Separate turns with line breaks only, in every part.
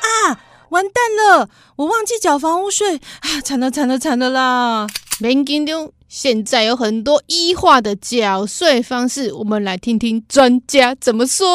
啊了，我忘记缴房屋税啊！惨了惨了惨了啦！
免紧张，现在有很多医化的缴税方式，我们来听听专家怎么说。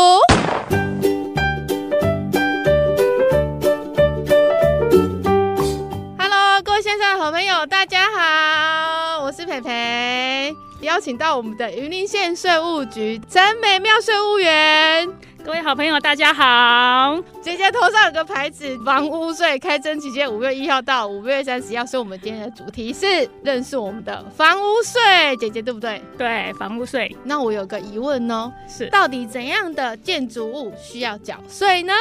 Hello，各位先生好朋友，大家好，我是培培，邀请到我们的云林县税务局陈美妙税务员。
各位好朋友，大家好。
姐姐头上有个牌子，房屋税开征期间五月一号到五月三十一号，所以我们今天的主题是认识我们的房屋税，姐姐对不对？
对，房屋税
那我有个疑问哦，
是
到底怎样的建筑物需要缴税呢？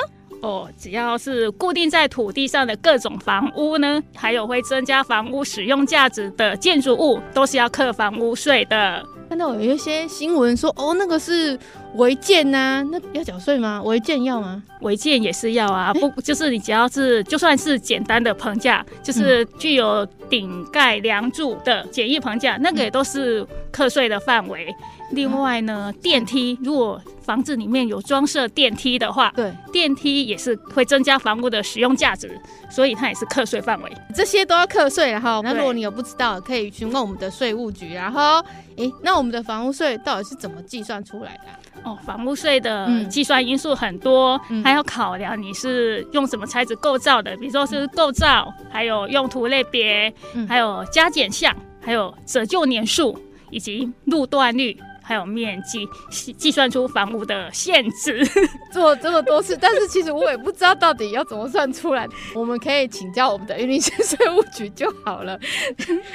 哦，只要是固定在土地上的各种房屋呢，还有会增加房屋使用价值的建筑物，都是要课房屋税的。
看到有一些新闻说，哦，那个是违建呐、那要缴税吗？违建要吗？
违建也是要啊，不就是你只要是就算是简单的棚架，就是具有顶盖梁柱的简易棚架，那个也都是课税的范围。另外呢，电梯如果房子里面有装设电梯的话，
对，
电梯也是会增加房屋的使用价值，所以它也是课税范围。
这些都要课税了哈。那
对
如果你有不知道，可以询问我们的税务局。然后，诶，那我们的房屋税到底是怎么计算出来的啊、
哦，房屋税的
嗯
计算因素很多，
嗯
还要考量你是用什么材质构造的，比如说是构造，还有用途类别，
嗯
还有加减项，还有折旧年数，以及路段率。还有面积，计计算出房屋的限制。
做这么多次，但是其实我也不知道到底要怎么算出来。我们可以请教我们的云林县税务局就好了，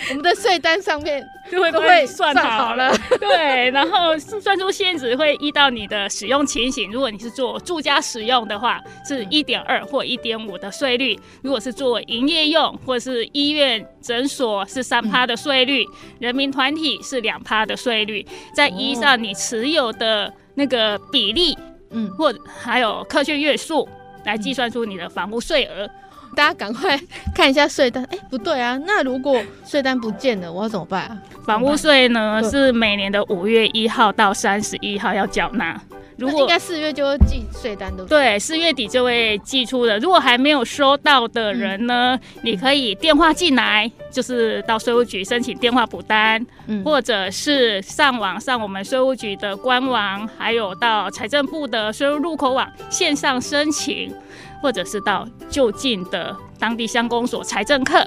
我们的税单上面
就会
都
帮你
会
算
好
好
了
了。。 对，然后算出限值会依到你的使用情形。如果你是做住家使用的话，
嗯
是一点二或一点五的税率；如果是做营业用或是医院、诊所是三趴的税率，
嗯
人民团体是两趴的税率。再依上你持有的那个比例
嗯，
或还有科学月数来计算出你的房屋税额。
大家赶快看一下税单。哎、不对啊，那如果税单不见了，我要怎么办啊？
房屋税呢
对
是每年的五月一号到三十一号要缴纳。如
那
果
应该四月就会寄税单，对不对？
对，四月底就会寄出的。如果还没有收到的人
嗯
呢，你可以电话进来，就是到税务局申请电话补单，
嗯
或者是上网上我们税务局的官网，还有到财政部的税务入口网线上申请，或者是到就近的当地乡公所财政课，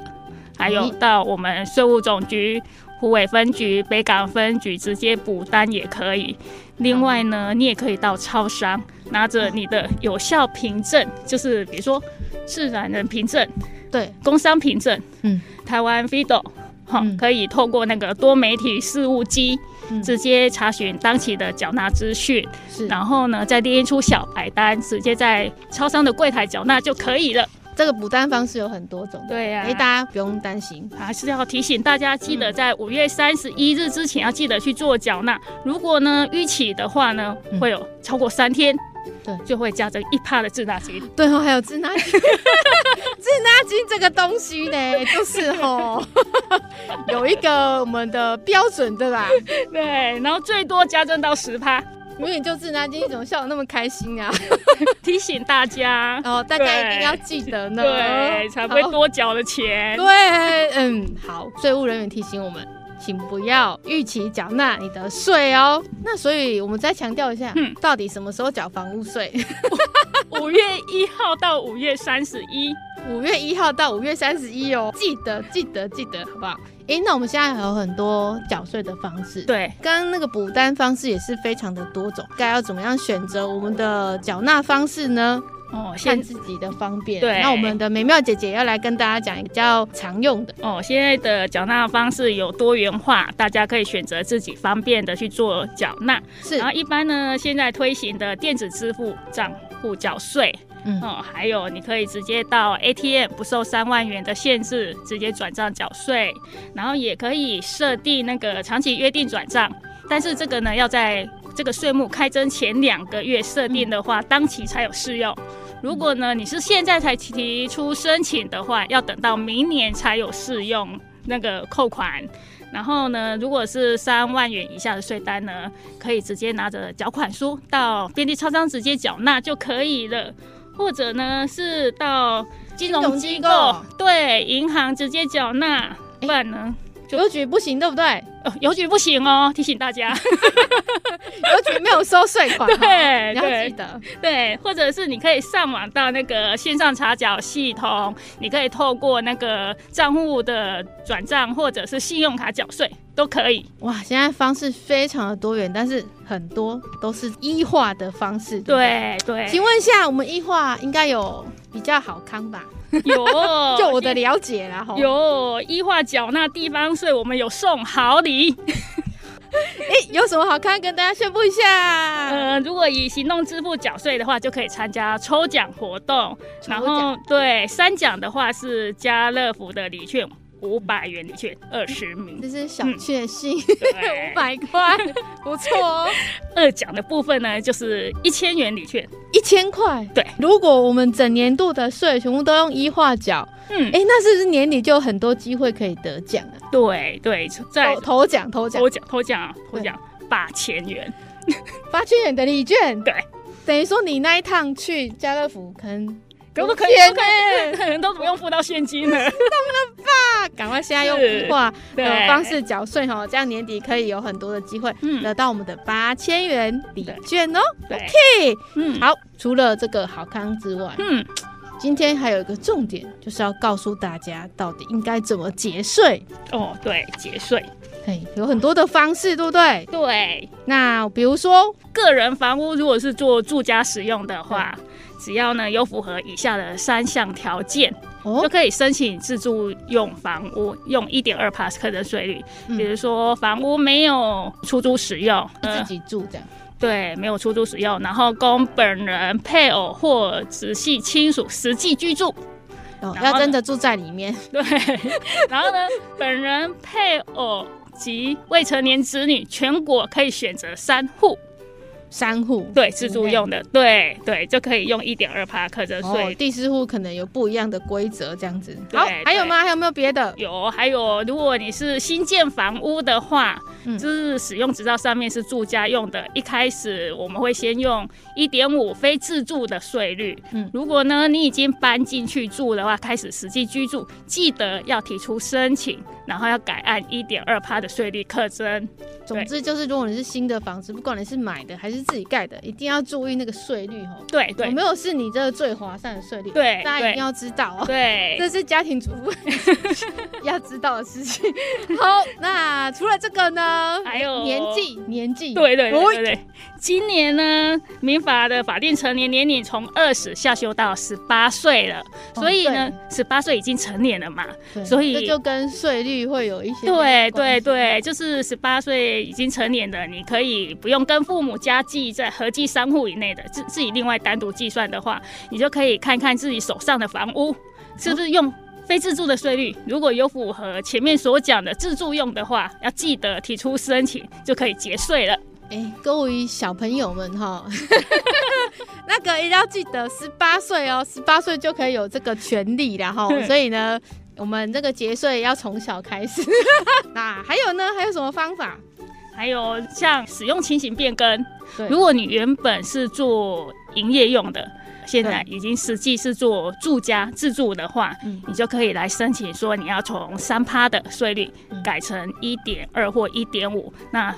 还有
嗯
到我们税务总局。虎尾分局、北港分局直接补单也可以。另外呢，你也可以到超商拿着你的有效凭证，就是比如说自然人凭证、
对，
工商凭证，
嗯，
台湾 FIDO，哈、
嗯
可以透过那个多媒体事务机、
嗯
直接查询当期的缴纳资讯，
是。
然后呢再列印出小白单，直接在超商的柜台缴纳就可以了。
这个补单方式有很多种的，
对啊呀、
哎、大家不用担心。
还是要提醒大家，记得在五月三十一日之前要记得去做缴纳。如果呢逾期的话呢
嗯，
会有超过三天，
对
就会加征一趴的滞纳金。
对哦，还有滞纳金，滞纳金这个东西呢，就是哦， 有一个我们的标准， 对吧？
对，然后最多加征到十趴。
永远就滞纳金，你怎么笑得那么开心 啊？
提醒大家，
哦，大家一定要记得呢，
对，才不会
好
多缴了钱。
对，嗯，好，税务人员提醒我们，请不要逾期缴纳你的税哦。那所以我们再强调一下，
嗯
到底什么时候缴房屋税？
五月一号到五月三十一，
五月一号到五月三十一哦，记得记得记得，好不好？诶，那我们现在还有很多缴税的方式。
对，
刚刚那个补单方式也是非常的多种，该要怎么样选择我们的缴纳方式呢？
哦，
看
现
自己的方便。
对
那我们的美妙姐姐要来跟大家讲一个比较常用的，
哦，现在的缴纳方式有多元化，大家可以选择自己方便的去做缴纳。
是
然后一般呢，现在推行的电子支付账户缴税，
嗯
嗯、还有你可以直接到 ATM 不受三万元的限制，直接转账缴税，然后也可以设定那个长期约定转账，但是这个呢要在这个税目开征前两个月设定的话，当期才有适用。如果呢你是现在才提出申请的话，要等到明年才有适用那个扣款。然后呢，如果是三万元以下的税单呢，可以直接拿着缴款书到便利超商直接缴纳就可以了，或者呢是到金
融
融
机
机
构
构对银行直接缴纳，不然呢？
邮局不行，对不对？
哦，邮局不行哦，提醒大家。
邮局没有收税款哦，
对
你要
对
记得。
对，或者是你可以上网到那个线上查缴系统，你可以透过那个账户的转账或者是信用卡缴税都可以。
哇，现在方式非常的多元，但是很多都是医化的方式。不，
对对，
请问一下，我们医化应该有比较好康吧？
有
就我的了解啦，吼。
哦有一化缴纳地方税，我们有送好礼。
哎、有什么好康跟大家宣布一下？
呃，如果以行动支付缴税的话，就可以参加抽奖活动。
抽
然
奖
后对三奖的话是家乐福的礼券五百元礼券二十名。
这是
嗯
小确 幸，
对
五百块，不错哦，
二奖的部分呢，就是一千元礼券。
一千块。
对，
如果我们整年度的税全部都用一化缴，
嗯，
哎、那是不是年底就有很多机会可以得奖啊？
对对，在
投头奖，头奖
头，奖头奖啊头奖八千元，
八千元的礼券。
对，
等于说你那一趟去家乐福，可能
可不可以？
天
可
哪
以可能 都不用付到现金了。
啊，赶快现在用
是
一化
对
的方式呃缴税哦，这样年底可以有很多的机会
嗯
得到我们的八千元礼
对
券哦。
对
OK，
嗯，
好，除了这个好康之外，
嗯，
今天还有一个重点，就是要告诉大家到底应该怎么节税。
哦，对，节税，
嘿，有很多的方式，对不对？
对，
那比如说，
个人房屋如果是做住家使用的话，只要呢有符合以下的三项条件，就
哦，
可以申请自住用房屋，用一点二 p a s 课征税率。
嗯
比如说房屋没有出租使用，呃
自己住这样，
对，没有出租使用，然后供本人、配偶或直系亲属实际居住。
哦，
呃然后
要
呢
真的住在里面，
对，然后呢，本人、配偶及未成年子女，全国可以选择三户，
三户
对，自住用的，对对，就可以用一点二趴课征
哦，
税。
第四户可能有不一样的规则，这样子。
对
好，
对
还有吗？还有没有别的？
有，还有，如果你是新建房屋的话，
嗯
就是使用执照上面是住家用的，一开始我们会先用一点五非自住的税率。
嗯
如果呢你已经搬进去住的话，开始实际居住，记得要提出申请，然后要改按一点二趴的税率课征。
总之就是，如果你是新的房子，不管你是买的还是自己盖的，一定要注意那个税率哦。
对
有
对
没有是你这个最划算的税率？
对
大家一定要知道哦。
对，
这是家庭主 妇要知道的事情。好，那除了这个呢？
还有
年。纪，年纪，
哎对对对
哦
对对，今年呢，民法的法定成年年龄从二十下修到十八岁了，
哦
所以呢，十八岁已经成年了嘛，
对
所以
这就跟税率会有一些关
对对
系，
对，就是十八岁已经成年的，你可以不用跟父母家计在合计三户以内的，自自己另外单独计算的话，你就可以看看自己手上的房屋是不是用非自住的税率。如果有符合前面所讲的自住用的话，要记得提出申请就可以节税了。
哎，各位小朋友们哈， 那个一定要记得十八岁哦，十八岁就可以有这个权利啦哈。所以呢，我们这个节税要从小开始。 那还有呢？还有什么方法？
还有像使用情形变更
对，
如果你原本是做营业用的，现在已经实际是做住家自住的话，
嗯
你就可以来申请说你要从三趴的税率
嗯
改成一点二或一点五，那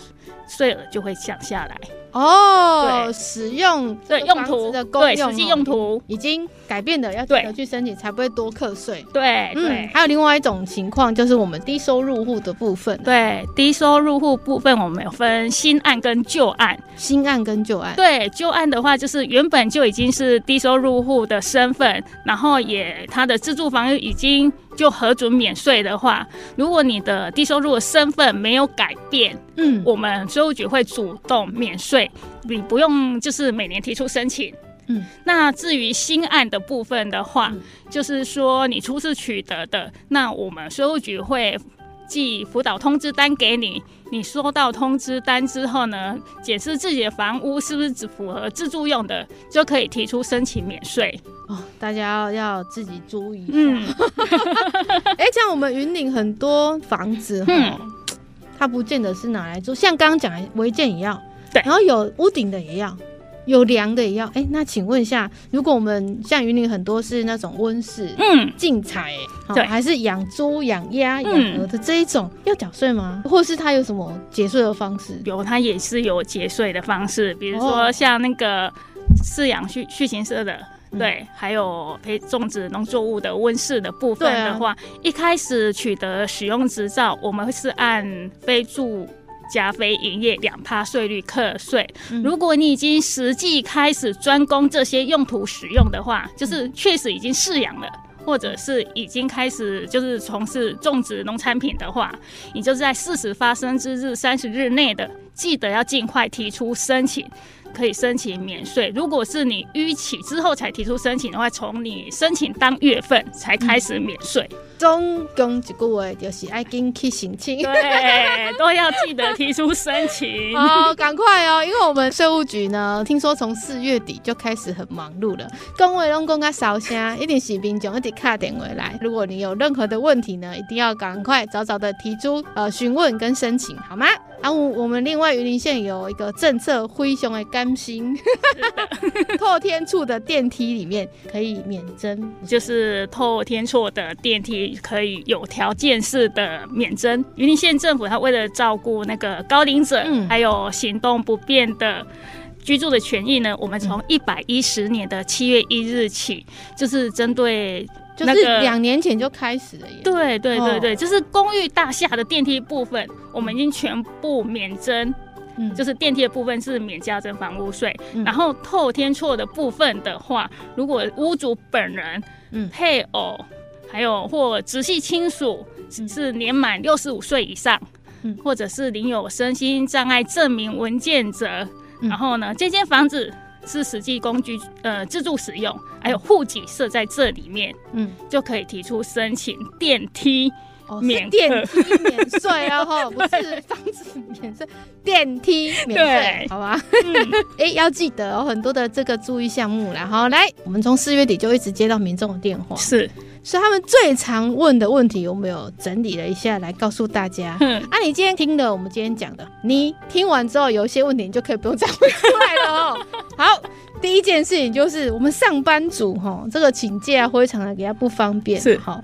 税额就会降下来。
哦，
对
使用这
对，
个
用
房子
途
的公
对
用
实际
哦
用途，
已经改变了，要记
对
得去申请，才不会多课税。
对
嗯
对，。
还有另外一种情况，就是我们低收入户的部分，
对低收入户部分，我们有分新案跟旧案。
新案跟旧案。
对旧案的话，就是原本就已经是低收入户的身份，然后也他的自住房已经就核准免税的话，如果你的低收入的身份没有改变，
嗯，
我们税务局会主动免税，你不用就是每年提出申请。
嗯，
那至于新案的部分的话，
嗯
就是说你初次取得的，那我们税务局会寄辅导通知单给你。你收到通知单之后呢，检视自己的房屋是不是只符合自住用的，就可以提出申请免税。
哦，大家要要自己注意。嗯，
嗯，
哎，像我们云岭很多房子
嗯
哈，它不见得是拿来住，像刚刚讲的违建也要，
对
然后有屋顶的也要，有凉的也要。哎、那请问一下，如果我们像云林很多是那种温室
嗯，
竞采、哎好
对
还是养猪、养鸭、养
嗯
鹅的这一种，要缴税吗？或是它有什么节税的方式？
有它也是有节税的方式，比如
哦
说像那个饲养畜畜禽社的。
嗯
对，还有培种植农作物的温室的部分
对啊
的话，一开始取得使用执照，我们是按非住加非营业两趴税率课税。
嗯
如果你已经实际开始专攻这些用途使用的话，就是确实已经饲养了。或者是已经开始就是从事种植农产品的话，你就是在事实发生之日三十日内的，记得要尽快提出申请，可以申请免税。如果是你逾期之后才提出申请的话，从你申请当月份才开始免税。
总共一句话就是爱跟去申请。
对，都要记得提出申 请。
哦，赶快哦，因为我们税务局呢，听说从四月底就开始很忙碌了，公卫拢公他烧声，一定是民众一直卡电回来。如果你有任何的问题呢，一定要赶快早早的提出呃询问跟申请，好 吗？啊，我我们另外云林县有一个政策灰熊的甘心， 透天处的电梯里面可以免征，
就是透天错的电梯可以有条件式的免征。云林县政府它为了照顾那个高龄者，
嗯
还有行动不便的。居住的权益呢？我们从一百一十年的七月一日起，就是针对
就
那
是
个
两年前就开始了耶。
对对对
哦
对，就是公寓大厦的电梯部分，我们已经全部免征，
嗯，
就是电梯的部分是免加征房屋税，
嗯
然后透天错的部分的话，如果屋主本人、
嗯
配偶，还有或直系亲属
嗯
是年满六十五岁以上，
嗯
或者是领有身心障碍证明文件者，
嗯
然后呢，这间房子是实际供居呃自住使用，还有户籍设在这里面，
嗯。
就可以提出申请电梯。
哦，是
免
电梯免税哦，吼，不是房子免税，电梯免税
对，
好吧？ 哎、要记得哦，很多的这个注意项目啦。好，来，我们从四月底就一直接到民众的电话，
是，
所以他们最常问的问题，有没有整理了一下来告诉大家？
哼
啊，你今天听了我们今天讲的，你听完之后有一些问题，你就可以不用再问出来了 哦。好，第一件事情就是我们上班族哈，这个请假非常的给他不方便，
是
好。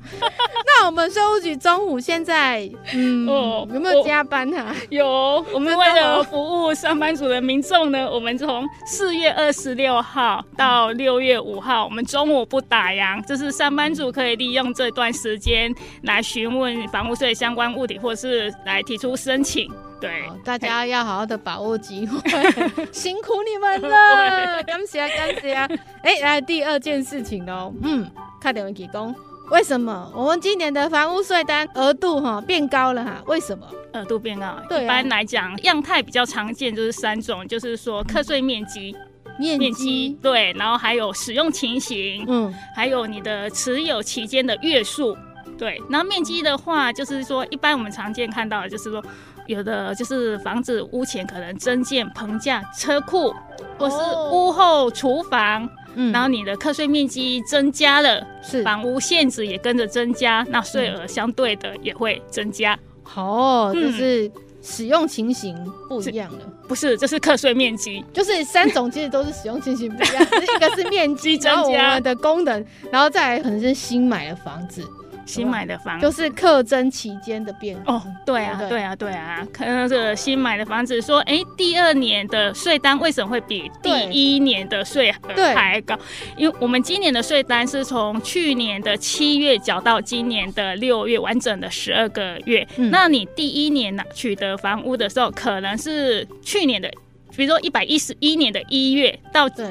那我们税务局中午现在，嗯，
哦
有没有加班啊？
有，我们为
真的哦
了服务上班族的民众呢，我们从四月二十六号到六月五号，我们中午不打烊，就是上班族可以利用这段时间来询问房屋税相关物体，或是来提出申请。对，
哦大
哎
家要好好的把握机会， 辛苦你们了，感谢啊感谢。哎、来第二件事情喽，嗯，看点问题工，为什么我们今年的房屋税单额度哈变高了哈？为什么？
额度变高。
对啊
一般来讲，样态比较常见就是三种，就是说课税面积、
嗯面
面积，对，然后还有使用情形，
嗯，
还有你的持有期间的月数。对，那面积的话，就是说一般我们常见看到的就是说，有的就是房子屋前可能增建棚架、车库，或是
哦
屋后厨房，
嗯
然后你的课税面积增加了，
是
房屋限制也跟着增加，那税额相对的也会增加。
好哦，就
嗯
是使用情形不一样了，
不是，这是课税面积。
就是三种其实都是使用情形不一 样，只是一个是面积，
激增
然后我
加
们的功能，然后再来可能是新买的房子，哦
新买的房
就是课征期间的变化
嗯哦，对啊
对，
对啊，对啊，可能这个新买的房子说，哎，第二年的税单为什么会比第
对
一年的税
对
额还高？因为我们今年的税单是从去年的七月缴到今年的六月，完整的十二个月。
嗯
那你第一年呢取得房屋的时候，可能是去年的，比如说一百一十一年的一月到
对，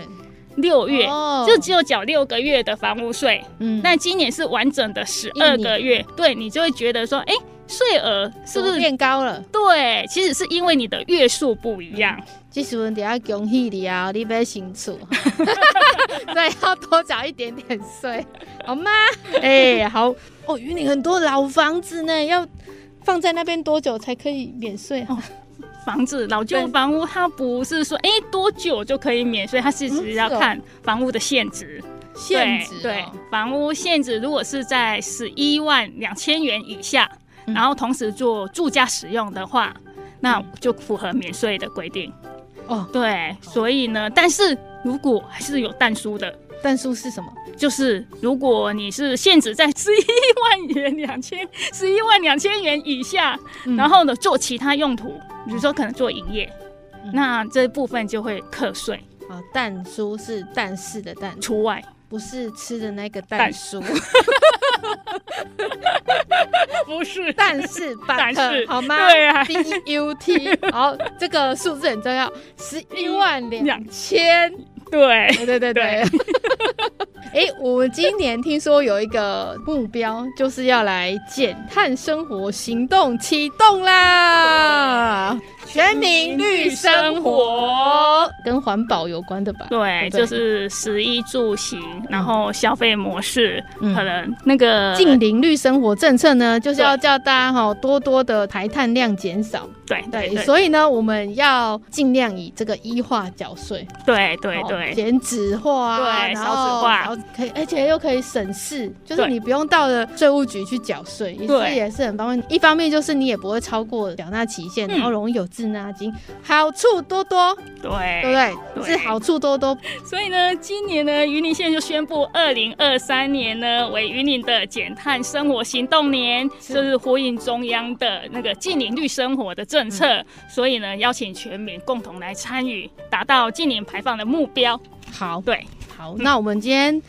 六月，
哦
就只有缴六个月的房屋税。
嗯
那今年是完整的十二个月，对你就会觉得说，哎、税额是
怎
不
么
是
变高了？
对？其实是因为你的月数不一样，
其实我们等下恭喜你啊，你别辛 苦，所以要多缴一点点税， 好吗？哎、好哦，云林很多老房子呢，要放在那边多久才可以免税
哦
啊？
房子老旧
对
房屋它不是说哎、诶多久就可以免税，它是其实要
是哦
看房屋的现值。
限制、
对对，房屋限值如果是在十一万两千元以下，
嗯嗯
然后同时做住家使用的话，那就符合免税的规定。
哦，
对，所以呢，但是如果还是有但书的，
但书是什么？
就是如果你是限制在十一万元两千十一万两千元以下，
嗯
然后呢做其他用途，比如说可能做营业，
嗯
那这部分就会课税
啊，蛋酥是蛋是的蛋，
除外。
不是吃的那个蛋
蛋
酥，
不是，
蛋是
但
but，
是
好吗？
对啊
B E U T，好，这个数字很重要，十一万两
两
千，
对，
对对 对对。
对
哎、我们今年听说有一个目标，就是要来减碳生活行动启动啦，全民绿生活，跟环保有关的吧？
对，
对
就是食衣住行，然后消费模式，
嗯
可能那个
近邻绿生活政策呢，就是
对
要叫大家哈多多的排碳量减少。
对对
对，
对
所以呢，我们要尽量以这个一化缴税，
对对
好
对
减哦纸化啊，
对
然
少
后
纸化
然后可以，而且又可以省事，就是
对
你不用到了税务局去缴税，也是
对
也是很方便。一方面就是你也不会超过缴纳期限，
嗯
然后容易有滞纳金，好处多多，对不
对。
对？
哎对
是好处多多，
所以呢，今年呢，云林县就宣布，二零二三年呢为云林的减碳生活行动年，
是
就是呼应中央的那个近邻绿生活的政策。所以呢，邀请全民共同来参与，达到近零排放的目标。
好
对，
好。那我们今天，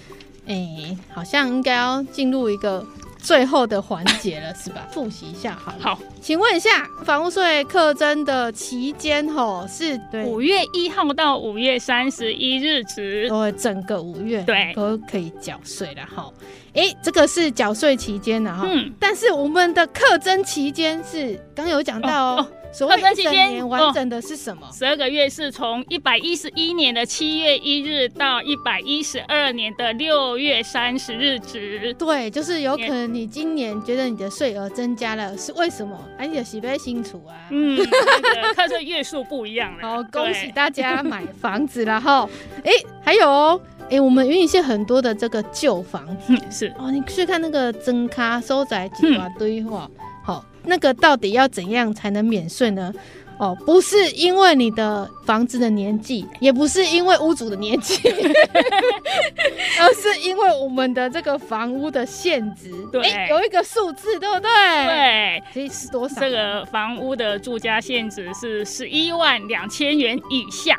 哎，好像应该要进入一个最后的环节了，是吧？ 复习一下好了。
好，
请问一下，房屋税课征的期间吼是
五
五
月一号到五月三十一日止。
呃整个五月
对
都可以缴税了哈。诶、这个是缴税期间然后，
嗯，
但是我们的课征期间是刚有讲到、哦
哦哦
所谓
课征
一
期
整
间
年完整的是什么？
十二个月是从一百一十一年的七月一日到一百一十二年的六月三十日止。
对，就是有可能你今年觉得你的税额增加了，是为什么？哎、你的喜被清楚啊。
嗯，那个课税月数不一样了。
好，恭喜
对
大家买房子了哈！诶，还有哦，诶，我们云林县很多的这个旧房子。
嗯， 是
哦，你去看那个增咖收窄几瓦堆化，好，那个到底要怎样才能免税呢？哦，不是因为你的房子的年纪，也不是因为屋主的年 纪，而是因为我们的这个房屋的限值，
对
诶有一个数字，对不对？，
对。
其实是多少？
这个房屋的住家限值是十一万两千元以下，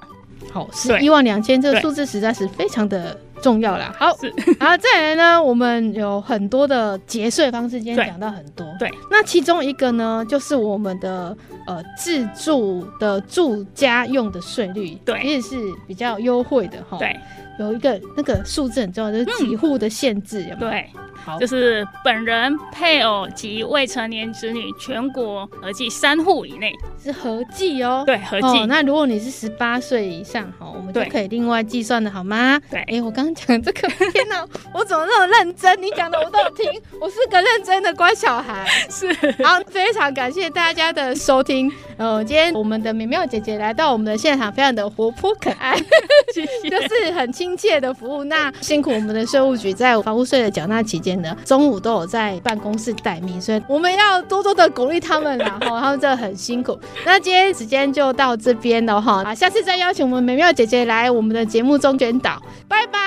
好，十
对
一万两千这个
对
数字实在是非常的重要啦。 好
是，
然后再来呢，我们有很多的节税方式，今天
对
讲到很多。
对，
那其中一个呢，就是我们的呃自住的住家用的税率，
对
其实是比较优惠的哈。，
对嗯
有一个那个数字很重要，就是几户的限制，有没有？
对，
好
就，是本人、配偶及未成年子女，全国合计三户以内，
是合计哦。。
对，合
哦，
计，
那如果你是十八岁以上，哈，我们就
对
可以另外计算的好吗？
对
哎、我刚刚讲这个，天哪， 我怎么那么认真？你讲的我都有听，我是个认真的乖小 孩。
是
好，非常感谢大家的收听。呃，今天我们的美妙姐姐来到我们的现场，非常的活泼可爱，
谢谢
就是很亲切的服务。那辛苦我们的税务局在房屋税的缴纳期间呢，中午都有在办公室待命，所以我们要多多的鼓励他们啦，哈，他们真的很辛苦。那今天时间就到这边了哈，啊，下次再邀请我们美妙姐姐来我们的节目中宣导，拜拜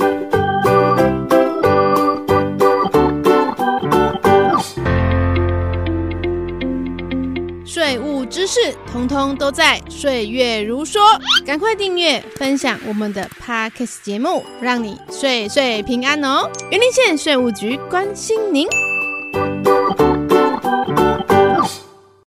拜拜。
税务知识通通都在《岁月如说》，赶快订阅、分享我们的 Podcast 节目，让你岁岁平安哦！云林县税务局关心您。